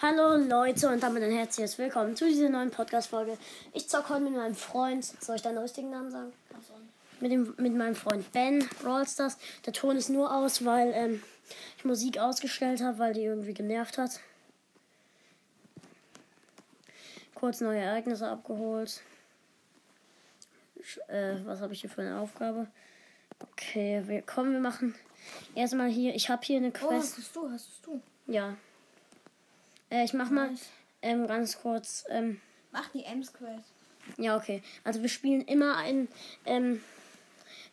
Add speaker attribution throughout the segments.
Speaker 1: Hallo Leute und damit ein herzliches Willkommen zu dieser neuen Podcast-Folge. Ich zocke heute mit meinem Freund, soll ich deinen richtigen Namen sagen? Mit, dem, mit meinem Freund Ben Rollstars. Der Ton ist nur aus, weil ähm, ich Musik ausgestellt habe, weil die irgendwie genervt hat. Kurz neue Ereignisse abgeholt. Sch- Äh, was habe ich hier für eine Aufgabe? Okay, wir, komm, wir machen erstmal hier. Ich habe hier eine
Speaker 2: Oh,
Speaker 1: Quest.
Speaker 2: hast es du, hast es du.
Speaker 1: Ja. Äh, ich mach mal
Speaker 2: Nice.
Speaker 1: ähm, ganz kurz. Ähm,
Speaker 2: Mach die M-Squared.
Speaker 1: ja, okay. Also wir spielen immer ein ähm,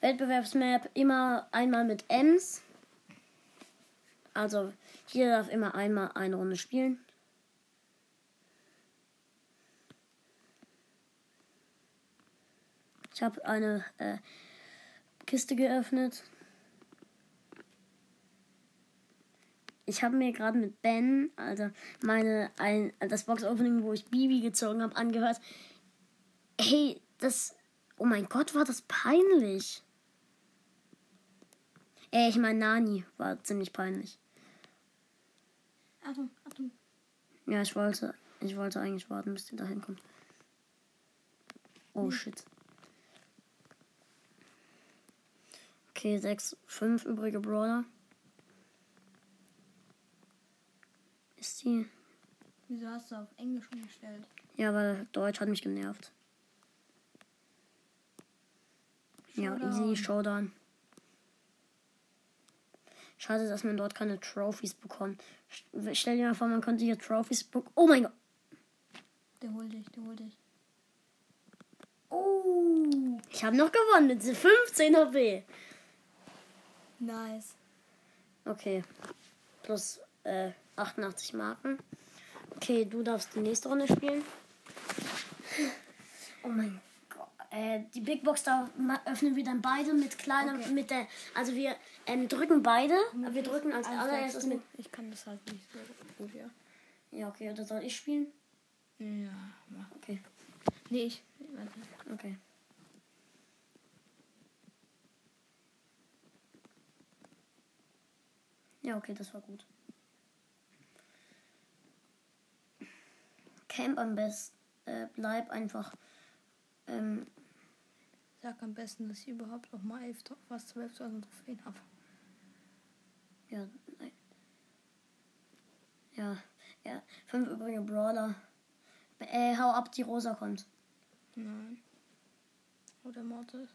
Speaker 1: Wettbewerbsmap, immer einmal mit Ms. Also jeder darf immer einmal eine Runde spielen. Ich habe eine äh, Kiste geöffnet. Ich habe mir gerade mit Ben, also meine ein, das Box Opening, wo ich Bibi gezogen habe, angehört. Hey, das. Oh mein Gott, war das peinlich. Ey, ich meine, Nani war ziemlich peinlich.
Speaker 2: Achtung, Achtung.
Speaker 1: Ja, ich wollte. Ich wollte eigentlich warten, bis die da hinkommt. Oh shit. Okay, 6, 5 übrige Brawler. Ist die.
Speaker 2: Wieso hast du auf Englisch umgestellt?
Speaker 1: Ja, weil Deutsch hat mich genervt. Ja,
Speaker 2: Showdown.
Speaker 1: easy Showdown. Schade, dass man dort keine Trophies bekommt. Sch- Stell dir mal vor, man könnte hier Trophies bekommen. Oh mein Gott.
Speaker 2: Der holt dich, der holt dich. Oh,
Speaker 1: Ich habe noch gewonnen mit 15 HP.
Speaker 2: nice.
Speaker 1: Okay. Plus äh, 88 Marken. Okay, du darfst die nächste Runde spielen. Oh mein Gott. Äh, die Big Box da ma- öffnen wir dann beide mit kleiner,
Speaker 2: Okay.
Speaker 1: mit der, also wir ähm, drücken beide, aber wir drücken als
Speaker 2: Als
Speaker 1: allererstes mit.
Speaker 2: letztes Mal. Ich kann das halt nicht so gut, ja.
Speaker 1: Ja, okay, oder soll ich spielen?
Speaker 2: Ja, mach.
Speaker 1: Okay,
Speaker 2: Nee, ich. Warte.
Speaker 1: okay. Ja, okay, das war gut. Camp am besten, äh, bleib einfach. Ähm,
Speaker 2: Sag am besten, dass ich überhaupt auch mal elf, fast 12.000 Trophäen habe.
Speaker 1: ja, nein. Ja, ja, fünf übrige Brawler. Äh, hau ab, die Rosa kommt.
Speaker 2: Nein. Oder Mortis.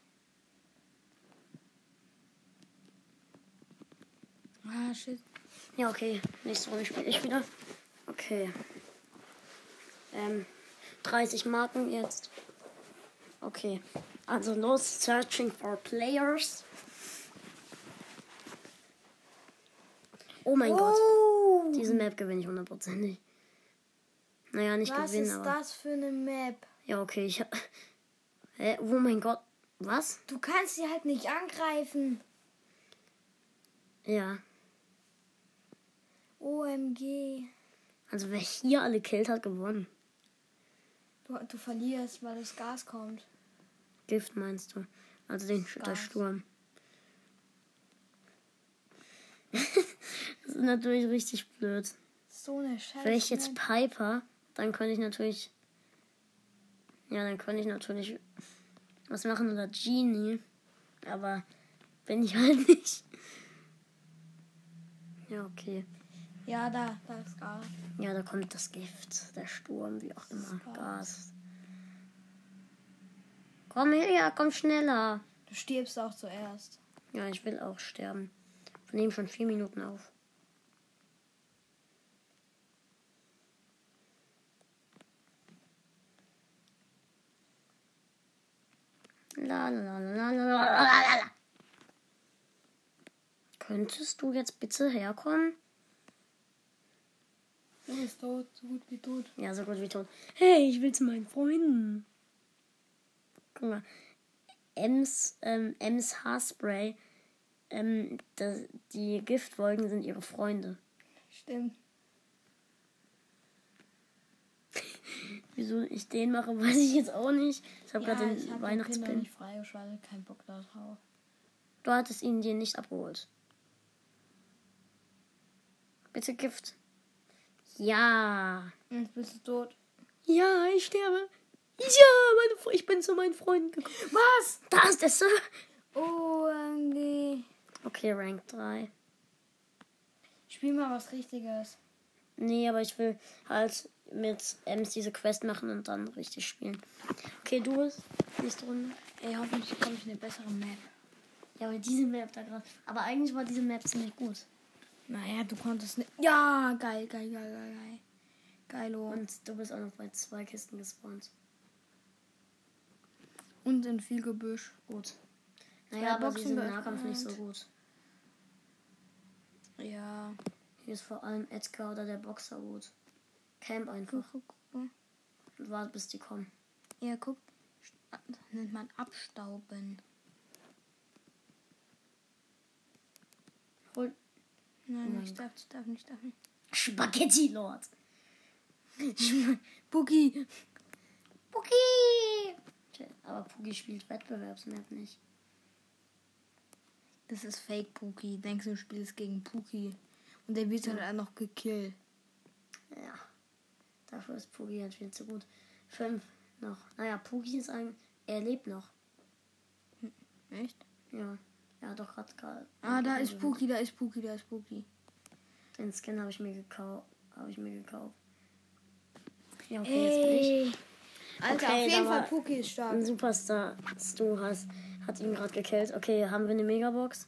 Speaker 2: Ah, shit.
Speaker 1: Ja, okay. Nächste Runde spiele ich wieder. Okay. Ähm, 30 Marken jetzt. Okay. Also los, searching for players. Oh mein Gott.
Speaker 2: Oh,
Speaker 1: Diese Map gewinne ich hundertprozentig. Naja, nicht
Speaker 2: was
Speaker 1: gewinnen,
Speaker 2: ist
Speaker 1: aber.
Speaker 2: das für eine Map?
Speaker 1: Ja, okay. Ich hab. Hä? Oh mein Gott. Was?
Speaker 2: Du kannst sie halt nicht angreifen.
Speaker 1: Ja.
Speaker 2: OMG.
Speaker 1: Also wer hier alle killt, hat gewonnen.
Speaker 2: Du, du verlierst, weil das Gas kommt.
Speaker 1: Gift meinst du? Also den der
Speaker 2: Gas.
Speaker 1: Sturm. das ist natürlich richtig blöd.
Speaker 2: So eine Scheiße. ne?
Speaker 1: Wäre ich jetzt Piper, dann könnte ich natürlich. Ja, dann könnte ich natürlich was machen oder Genie. Aber bin ich halt nicht. Ja, okay.
Speaker 2: Ja, da, da ist Gas.
Speaker 1: Ja, da kommt das Gift, der Sturm, wie auch immer.
Speaker 2: Gas.
Speaker 1: Gas. Komm her, komm schneller.
Speaker 2: Du stirbst auch zuerst.
Speaker 1: Ja, ich will auch sterben. Wir nehmen schon vier Minuten auf. La, la, la, la, la, la, la, la, la, la. Könntest du jetzt bitte herkommen?
Speaker 2: Du bist tot, so gut wie tot.
Speaker 1: Ja, so gut wie tot. Hey, ich will zu meinen Freunden. Guck mal. Ems, ähm, Ems Haarspray. Ähm, das, die Giftwolken sind ihre Freunde.
Speaker 2: Stimmt.
Speaker 1: Wieso ich den mache, weiß ich jetzt auch nicht. Ich habe
Speaker 2: ja,
Speaker 1: gerade
Speaker 2: ich
Speaker 1: den
Speaker 2: hab den Pin noch
Speaker 1: Weihnachtspin.
Speaker 2: nicht freigeschaltet. Kein Bock da drauf.
Speaker 1: Du hattest ihn dir nicht abgeholt. Bitte Gift. Ja.
Speaker 2: Jetzt bist du tot.
Speaker 1: Ja, ich sterbe. Ja, meine Fre- ich bin zu meinen Freunden gekommen.
Speaker 2: Was?
Speaker 1: Da ist der Sir.
Speaker 2: OMG.
Speaker 1: Okay, Rank 3.
Speaker 2: Spiel mal was Richtiges.
Speaker 1: Nee, aber ich will halt mit Ems diese Quest machen und dann richtig spielen. Okay, du bist nächste Runde.
Speaker 2: Ey, hoffentlich komme ich in eine bessere Map.
Speaker 1: Ja, aber diese Map da gerade. Aber eigentlich war diese Map ziemlich gut.
Speaker 2: Naja, du konntest nicht. Ja, geil, geil, geil, geil, geil. Geilo. Und,
Speaker 1: Und du bist auch noch bei zwei Kisten gespawnt.
Speaker 2: und in viel Gebüsch.
Speaker 1: Gut.
Speaker 2: Zwei
Speaker 1: Naja, aber sie
Speaker 2: Boxen
Speaker 1: sind im
Speaker 2: bei-
Speaker 1: Nahkampf nicht so
Speaker 2: und-
Speaker 1: gut.
Speaker 2: Ja.
Speaker 1: Hier ist vor allem Edgar oder der Boxer gut. Camp einfach.
Speaker 2: Guck, guck, guck.
Speaker 1: Und warte, bis die kommen.
Speaker 2: Ja, guck. Das nennt man Abstauben.
Speaker 1: Hol
Speaker 2: Nein,
Speaker 1: Nein.
Speaker 2: ich darf, ich darf nicht, ich darf nicht.
Speaker 1: Spaghetti Lord.
Speaker 2: Boogie. Boogie.
Speaker 1: Tja, Aber Pugi spielt Wettbewerbsmap nicht.
Speaker 2: Das ist Fake Pookie. Denkst du, du spielst gegen Pookie. Und der wird dann auch noch gekillt.
Speaker 1: Ja. Dafür ist Pugi halt viel zu gut. Fünf noch. Naja, Pugi ist ein. Er lebt noch.
Speaker 2: Echt?
Speaker 1: Ja. Er hat doch gerade gerade.
Speaker 2: Ah, da ist Pookie, da ist Pookie, da ist Pookie.
Speaker 1: Den Skin habe ich mir gekauft. Habe ich mir gekauft. Ja, okay, jetzt bin ich.
Speaker 2: Alter,
Speaker 1: Okay,
Speaker 2: auf jeden
Speaker 1: da
Speaker 2: Fall
Speaker 1: war-
Speaker 2: Pookie ist stark.
Speaker 1: Ein Superstar Stu hast, hat ihn gerade gekillt. Okay, haben wir eine Megabox?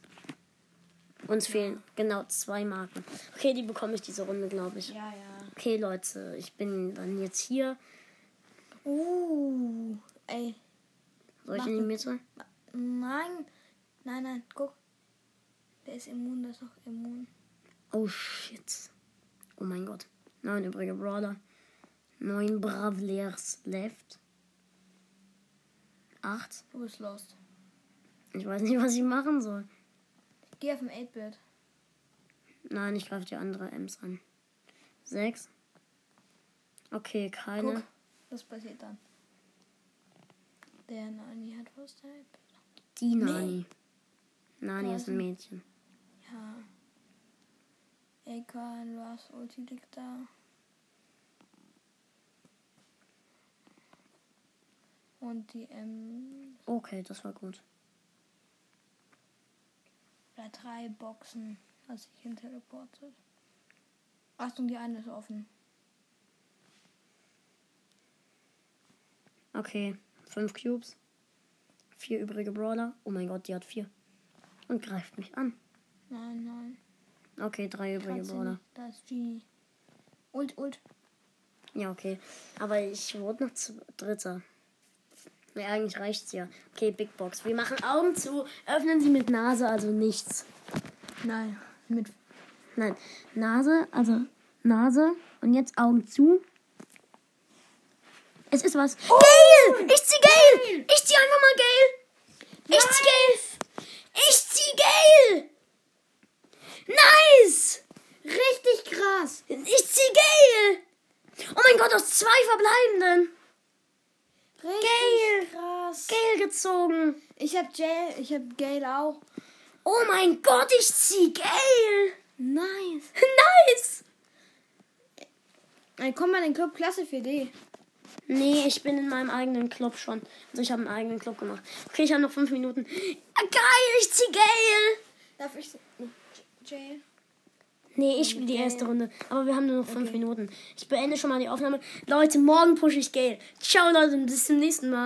Speaker 1: Uns fehlen genau zwei Marken. Okay, die bekomme ich diese Runde, glaube ich.
Speaker 2: Ja, ja.
Speaker 1: Okay, Leute, ich bin dann jetzt hier.
Speaker 2: Uh, ey.
Speaker 1: Soll ich
Speaker 2: Mach
Speaker 1: in die
Speaker 2: mit.
Speaker 1: Mitte?
Speaker 2: Nein. Nein, nein, guck. Der ist immun, der ist noch immun.
Speaker 1: Oh shit. Oh mein Gott. Neun übrige Brawler. Neun Bravlers left. Acht.
Speaker 2: Du bist lost.
Speaker 1: Ich weiß nicht, was ich machen soll.
Speaker 2: Geh auf den 8-Bit.
Speaker 1: Nein, ich greife die andere Ems an. Sechs. Okay, keine.
Speaker 2: Guck, was passiert dann? Der Nani hat was der 8-Bit.
Speaker 1: Die Nani. Nani
Speaker 2: Ja,
Speaker 1: ist ein
Speaker 2: ist
Speaker 1: Mädchen.
Speaker 2: Ja. Egal, du hast Ulti liegt da. Und die ähm,
Speaker 1: Okay, das war gut.
Speaker 2: oder drei Boxen, als ich hin teleportet. Achtung, die eine ist offen.
Speaker 1: Okay, fünf Cubes. Vier übrige Brawler. Oh mein Gott, die hat vier. Und greift mich an.
Speaker 2: Nein, nein.
Speaker 1: Okay, drei übrige
Speaker 2: Kannst du
Speaker 1: Brawler.
Speaker 2: nicht. Da ist Genie. Ult, ult.
Speaker 1: Ja, okay. Aber ich wurde noch zu Dritter. Ja, eigentlich reicht's ja. Okay, Big Box. Wir machen Augen zu, öffnen sie mit Nase, also nichts.
Speaker 2: Nein. Mit
Speaker 1: Nein, Nase, also Nase und jetzt Augen zu. Es ist was.
Speaker 2: Oh!
Speaker 1: Gail! Ich zieh Gail! Ich zieh einfach mal Gail! Ich zieh Gail! Ich zieh Gail! Nice!
Speaker 2: Richtig krass.
Speaker 1: Ich zieh Gail! Oh mein Gott, aus zwei verbleibenden.
Speaker 2: Richtig krass.
Speaker 1: Gail gezogen.
Speaker 2: Ich hab Jail, ich hab Gail auch.
Speaker 1: Oh mein Gott, ich zieh Gail!
Speaker 2: Nice.
Speaker 1: Nice!
Speaker 2: Ey, komm mal in den Club Klasse 4D.
Speaker 1: Nee, ich bin in meinem eigenen Club schon. Also ich habe einen eigenen Club gemacht. Okay, ich habe noch fünf Minuten. Ah, Geil, ich zieh Gail!
Speaker 2: Darf ich. Nee. Jail.
Speaker 1: Nee, ich spiele die erste Runde. Aber wir haben nur noch fünf Minuten. Ich beende schon mal die Aufnahme. Leute, morgen pushe ich Gail. Ciao, Leute, und bis zum nächsten Mal.